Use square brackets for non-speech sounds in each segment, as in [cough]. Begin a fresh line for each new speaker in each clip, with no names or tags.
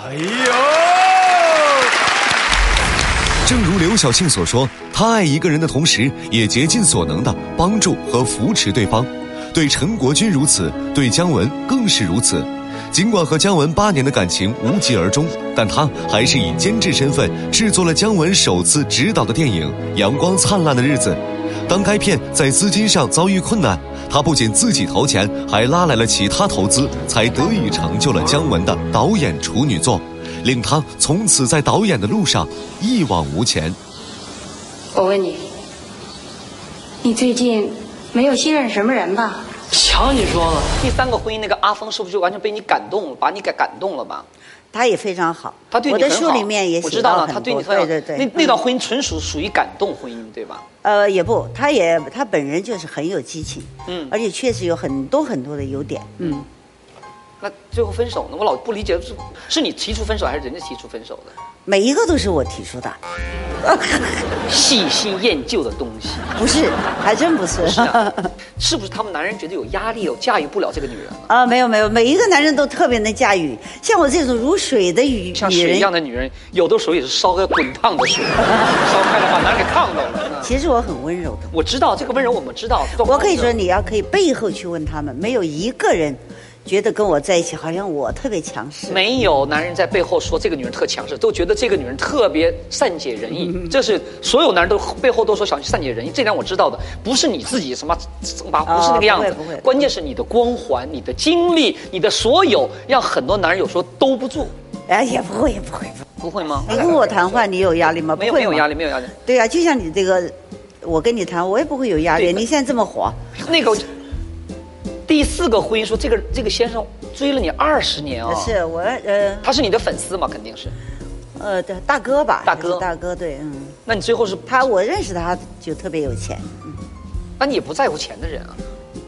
哎
董晓庆所说，她爱一个人的同时，也竭尽所能的帮助和扶持对方。对陈国军如此，对姜文更是如此。尽管和姜文八年的感情无疾而终，但他还是以监制身份制作了姜文首次执导的电影《阳光灿烂的日子》。当该片在资金上遭遇困难，他不仅自己投钱，还拉来了其他投资，才得以成就了姜文的导演处女作，令他从此在导演的路上一往无前。
我问你，你最近没有信任什么人吧？
瞧你说的，第三个婚姻那个阿峰是不是就完全被你感动了，把你给感动了吧？
他也非常好，
他对
我
你
的
很好。
书里面也
我
写
知道
到
了，
很
他
多，
对你很好。
对对对，
那那段
嗯
婚姻纯属属于感动婚姻，对吧？
呃也不，他也他本人就是很有激情，
嗯
而且确实有很多很多的优点，嗯，
那最后分手呢？我老不理解，是是你提出分手还是人家提出分手的？
每一个都是我提出的，
喜新厌旧的东西，
不是，还真不是，
是啊，是不是他们男人觉得有压力了，驾驭不了这个女人了？
[laughs] 啊，没有没有，每一个男人都特别能驾驭，像我这种如水的女
像
女
水一样
人，
的女人，有的时候也是烧个滚烫的水，烧开了把男人给烫到了。
[laughs] 其实我很温柔的。
我知道这个温柔，我们知道。
我可以说，你要可以背后去问他们，没有一个人觉得跟我在一起好像我特别强势。
没有男人在背后说这个女人特强势，都觉得这个女人特别善解人意。
嗯
这是所有男人都背后都说小善解人意，这点我知道的。不是你自己什么什么，不是那个样子。
啊不会不会
关键是你的光环、你的经历、你的所有，让很多男人有时候兜不住，
哎，也不会，也不会，不会。
不会吗？
你跟我谈话，你有压力吗？
没有
不会
没有
吗
压力，。没有压力。
对呀、就像你这个，我跟你谈，我也不会有压力。
对
你现在这么火，
那个第四个婚姻说这个这个先生追了你二十年啊、
是我呃
他是你的粉丝嘛？肯定是。
呃大哥吧？
大哥
就是大哥对，嗯，
那你最后是
他我认识他就特别有钱，
那你也不在乎钱的人啊？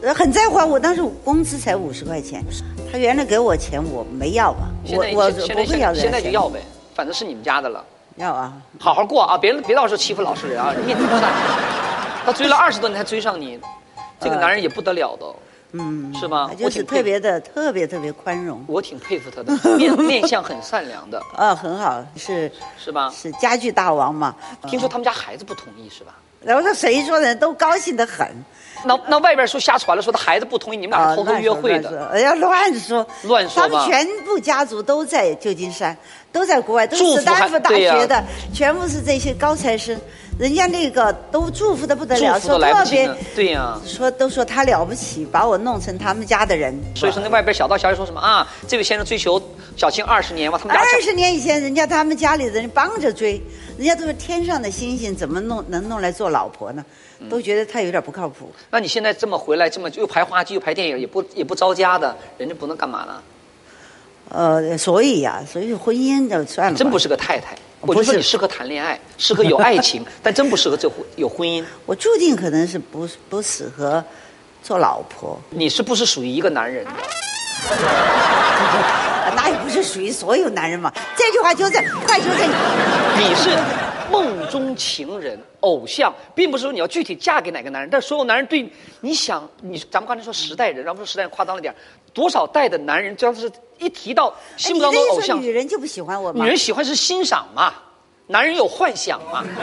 呃很在乎啊。我当时工资才五十块钱，他原来给我钱我没要啊，
现
我
在
我
现
不
在
会要人家钱，
现在就要呗，反正是你们家的了。
要啊。
好好过啊，别别到时候欺负老实人啊，面子不占。 [laughs] 他追了二十多年才追上你，这个男人也不得了的，
呃
哦
嗯，
是吗
他？
我
就是
挺
特
佩服，
别的，特别特别宽容，
我挺佩服他的，面面相很善良的，
啊，很好，是
是吧？
是家具大王嘛。
啊
呃
听说他们家孩子不同意是吧？
然后他谁说的都高兴的很，
那那外边说瞎传了，说他孩子不同意，你们俩是偷偷
啊乱
约
说
会
乱
的，
说哎呀，乱说
[laughs] 乱说
他
吧
们全部家族都在旧金山，都在国外，都
祝
是
福
斯坦福
还
大
对呀
学的，全部是这些高材生，人家那个都祝福的不得
祝
了，
福都
说
来不
特
及
别
呢。对呀、
说都说他了不起，把我弄成他们家的人。
所以说那外边小道消息说什么啊？这位先生追求小庆二十年嘛，他们家
二十年以前，人家他们家里的人帮着追，人家都是天上的星星，怎么弄能弄来做老婆呢？
嗯
都觉得他有点不靠谱。
那你现在这么回来，这么又拍话剧又拍电影，也不也不着家的，人家不能干嘛呢？
呃，所以呀、所以婚姻就算了吧。
真不是个太太，我
不
就是说你适合谈恋爱，适合有爱情，但真不适合这婚有婚姻。
我注定可能是不不适合做老婆，
你是不是属于一个男人的？
啊那也不是属于所有男人嘛。这句话纠正，快纠正！
你是梦中情人、偶像，并不是说你要具体嫁给哪个男人，但所有男人对你你想你，咱们刚才说时代人，咱们说时代人夸张了点儿，多少代的男人，只要是一提到心目
哎
当中
你这
的偶
一说，
像，
女人就不喜欢我吗
女？人喜欢是欣赏嘛，男人有幻想嘛。 [laughs]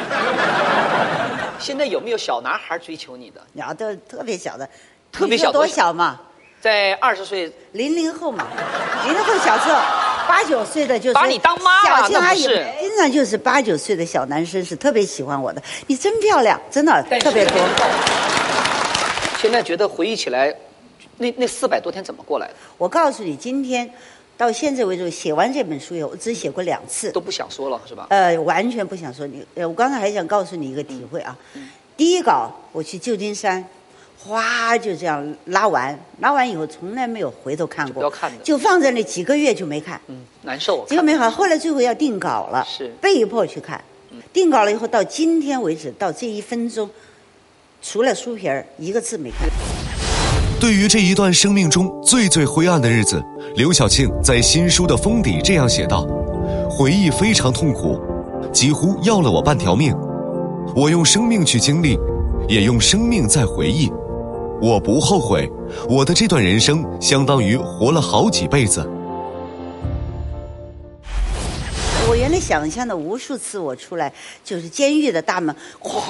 现在有没有小男孩追求你的？
鸟都特别小的，
特别小
你说多小嘛？
在二十岁
零零后嘛，零零后小时候，八九岁的就是
把你当妈了
小庆阿姨
那不是
经常就是八九岁的小男生是特别喜欢我的，你真漂亮，真的
但是
特别多。
现在觉得回忆起来，那那四百多天怎么过来的？
我告诉你，今天到现在为止，写完这本书以后，我只写过两次
都，不想说了是吧？
呃，完全不想说你。呃，我刚才还想告诉你一个体会啊，
嗯
第一稿我去旧金山。哗，就这样拉完，拉完以后从来没有回头看
就不
过，
要看的
就放在那几个月就没看。
嗯，难受。
结果没好，后来最后要定稿了，
是嗯
被迫去看。定稿了以后，到今天为止，到这一分钟，除了书皮儿，一个字没看。
对于这一段生命中最最灰暗的日子，刘晓庆在新书的封底这样写道：“回忆非常痛苦，几乎要了我半条命。我用生命去经历，也用生命在回忆。我不后悔，我的这段人生相当于活了好几辈子。
我我原来想象的无数次，我出来就是监狱的大门，咵，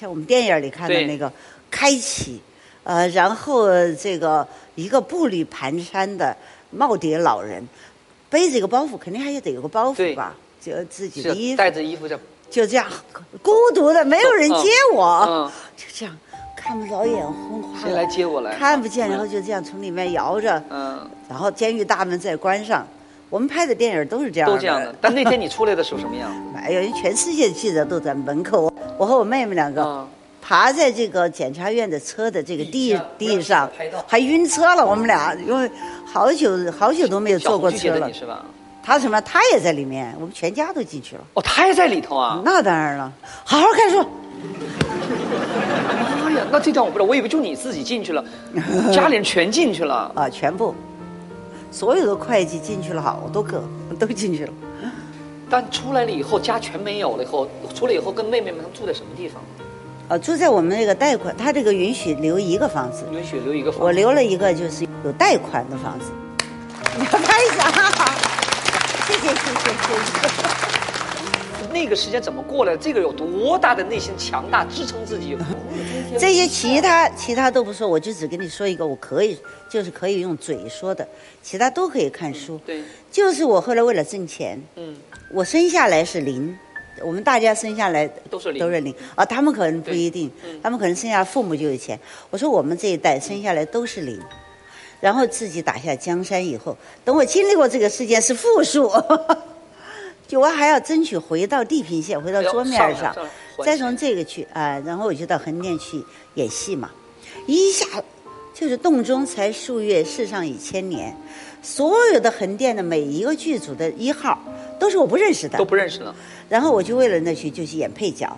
像我们电影里看的
对
那个开启，呃，然后这个一个步履蹒跚的耄耋老人，背着一个包袱，肯定还得有个包
对
袱吧，就自己的衣
是啊
服
带着衣服这样，
就这样孤独的，没有人接我，
嗯嗯
就这样看不着眼昏花了，
谁来接我来
看不见，然后就这样从里面摇着，
嗯，
然后监狱大门再关上。我们拍的电影都是这样
都这样的。但那天你出来的时候什么样？
[laughs] 哎呦，人全世界记者都在门口，我和我妹妹两个。
嗯
爬在这个检察院的车的这个
地
地
下
地上
不让拍到，哦
还晕车了。我们俩因为好久好久都没有
小
坐过
红拒
车
绝了
了
你。是吧？
他什么？他也在里面，我们全家都进去了。
哦，他还在里头啊！
那当然了，好好看书。
妈呀，那这段我不知道，我以为就你自己进去
[laughs]
了，家里人全进去了。
啊，全部，所有的会计进去了好多个，都进去了。
但出来了以后，家全没有了。以后出来以后，跟妹妹们他们住在什么地方？
呃，住在我们那个贷款，他这个允许留一个房子，
允许留一个房。
我留了一个就是有贷款的房子。 [laughs] 你要拍一下，啊谢谢谢谢谢谢。
那个时间怎么过来？这个有多大的内心强大支撑自己？
这些其他其他都不说，我就只跟你说一个，我可以就是可以用嘴说的，其他都可以看书。
嗯对，
就是我后来为了挣钱，
嗯，
我生下来是零，我们大家生下来
都是零
都是零啊，他们可能不
对
一定
嗯，
他们可能生下来父母就有钱。我说我们这一代生下来都是零，然后自己打下江山以后，等我经历过这个事件是负数， [laughs] 就我还要争取回到地平线，回
哎
到桌面
上上上还
再
钱
从这个去啊、然后我就到横店去演戏嘛，一下就是洞中才数月，世上已千年。所有的横店的每一个剧组的一号都是我不认识的
都，不认识了。
然后我就为了那去就去演配角，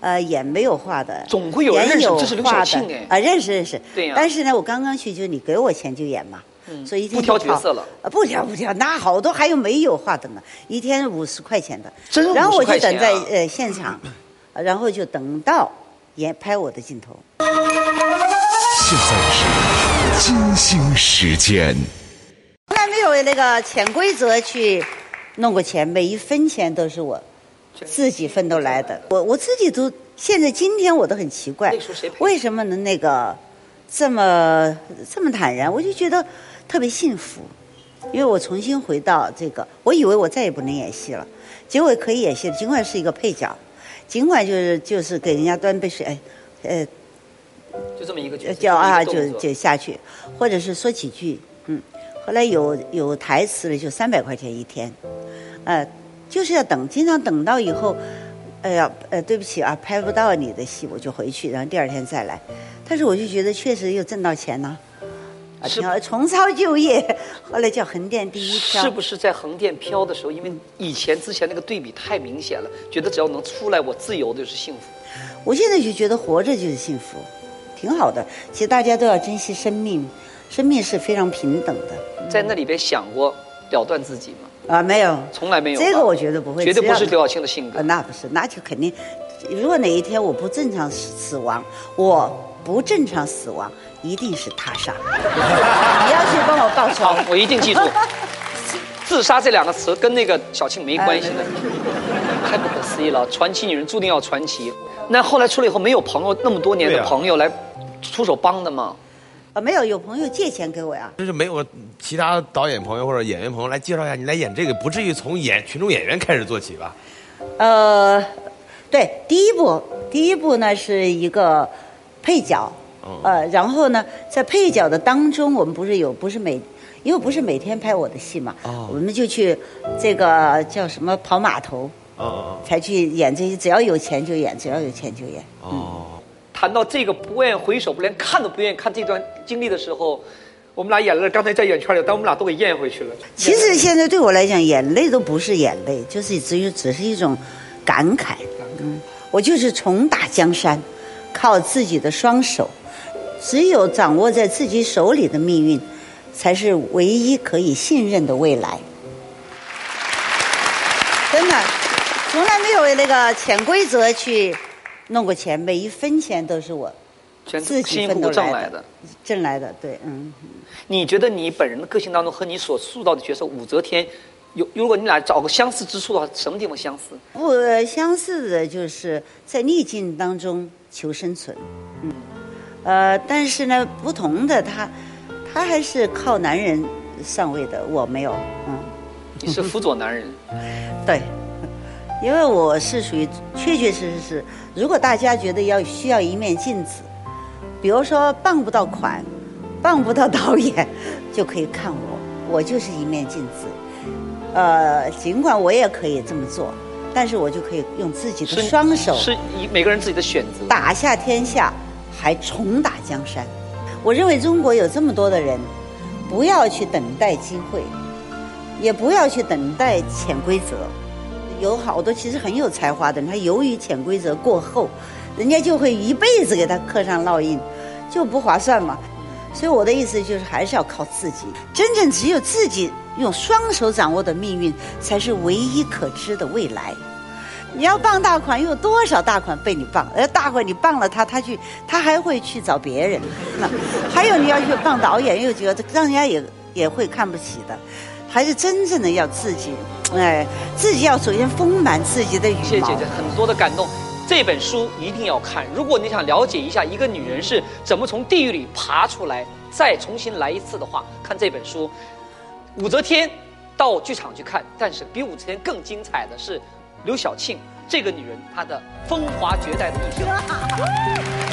呃，演没有话的，
总会有人
演
认识
有
这是刘
话
晓庆
的
哎
啊、认识认识，
对呀嗯
但是呢，我刚刚去就你给我钱就演嘛，所以一天
不挑
就跑
角色了，
啊不挑不挑，那好多还有没有话的呢，一天五十块钱的，
真
然后我
50块
就
钱啊
等在呃现场，然后就等到演拍我的镜头，
现在是金星时间。
从来没有那个潜规则去弄过钱，每一分钱都是我自己奋斗来的。我我自己都现在今天我都很奇怪
那时候谁陪，你
为什么能那个这么这么坦然？我就觉得特别幸福，因为我重新回到这个，我以为我再也不能演戏了，结果可以演戏了，尽管是一个配角，尽管就是就是给人家端杯水，哎，呃，
就这么一个角色，
叫啊，
这么一
就
个动作
就下去，或者是说几句，嗯。后来有有台词了，就三百块钱一天，呃，就是要等，经常等到以后，哎呀，呃，对不起啊，拍不到你的戏，我就回去，然后第二天再来。但是我就觉得确实又挣到钱呢、啊，
是
挺好，重操旧业。后来叫横店第一漂，
是不是在横店飘的时候，因
嗯
为以前之前那个对比太明显了，觉得只要能出来，我自由的就是幸福。
我现在就觉得活着就是幸福，挺好的。其实大家都要珍惜生命，生命是非常平等的
在那里边想过了断自己吗？
啊，没有。
从来没有吧。
这个我觉得不会
绝对
只
不
要
是刘晓庆的性
呃，
格。
那不是，那就肯定。如果哪一天我不正常死死亡，我不正常死亡，一定是他杀。 [laughs] 你要去帮我报
好
仇，，
我一定
[laughs]
记住。自杀这两个词跟那个小庆没关系的，
哎
太不可思议了！传奇女人注定要传奇。那后来出来以后，没有朋友那么多年
对
的
啊
朋友来出手帮的吗？
啊，没有，有朋友借钱给我呀。
就是没有其他导演朋友或者演员朋友来介绍一下，你来演这个，不至于从演群众演员开始做起吧？
呃，对，第一部，第一部呢是一个配角，
哦
呃，然后呢，在配角的当中，我们不是有不是每，因为不是每天拍我的戏嘛，
哦
我们就去这个叫什么跑码头，
嗯嗯
才去演这些，只要有钱就演，只要有钱就演。
嗯。哦，
谈到这个不愿回首，不连看都不愿意看这段经历的时候，我们俩眼泪刚才在眼圈里，但我们俩都给咽回去了。
其实现在对我来讲，眼泪都不是眼泪，就是只有只是一种感慨。嗯，我就是重打江山，靠自己的双手，只有掌握在自己手里的命运，才是唯一可以信任的未来。真的，从来没有那个潜规则去弄过钱，每一分钱都是我
全
自己
辛
奋
苦
斗
挣
来
来
的
的。，
挣来的。对，嗯。
你觉得你本人的个性当中和你所塑造的角色武则天有，如果你俩找个相似之处的话，什么地方相似？
不相似的就是在逆境当中求生存，嗯，呃，但是呢，不同的他，他还是靠男人上位的，我没有，嗯，
你是辅佐男人，
对， [laughs] 因为我是属于确确实实是，如果大家觉得要需要一面镜子，比如说傍不到款，傍不到导演，就可以看我，我就是一面镜子，呃，尽管我也可以这么做，但是我就可以用自己的
是
双手
是以每个人自己的选择。
打下天下，还重打江山。我认为中国有这么多的人，不要去等待机会，也不要去等待潜规则。有好多其实很有才华的人，他由于潜规则过后，人家就会一辈子给他刻上烙印，就不划算嘛。所以我的意思就是，还是要靠自己。真正只有自己用双手掌握的命运，才是唯一可知的未来。你要傍大款，又有多少大款被你傍？而大款你傍了他，他去，他还会去找别人。那还有你要去傍导演，又觉得让人家也也会看不起的。还是真正的要自己，哎，自己要首先丰满自己的羽毛。
谢谢姐姐很多的感动。这本书一定要看，如果你想了解一下一个女人是怎么从地狱里爬出来，再重新来一次的话，看这本书。武则天到剧场去看，但是比武则天更精彩的是刘晓庆这个女人她的风华绝代的一生。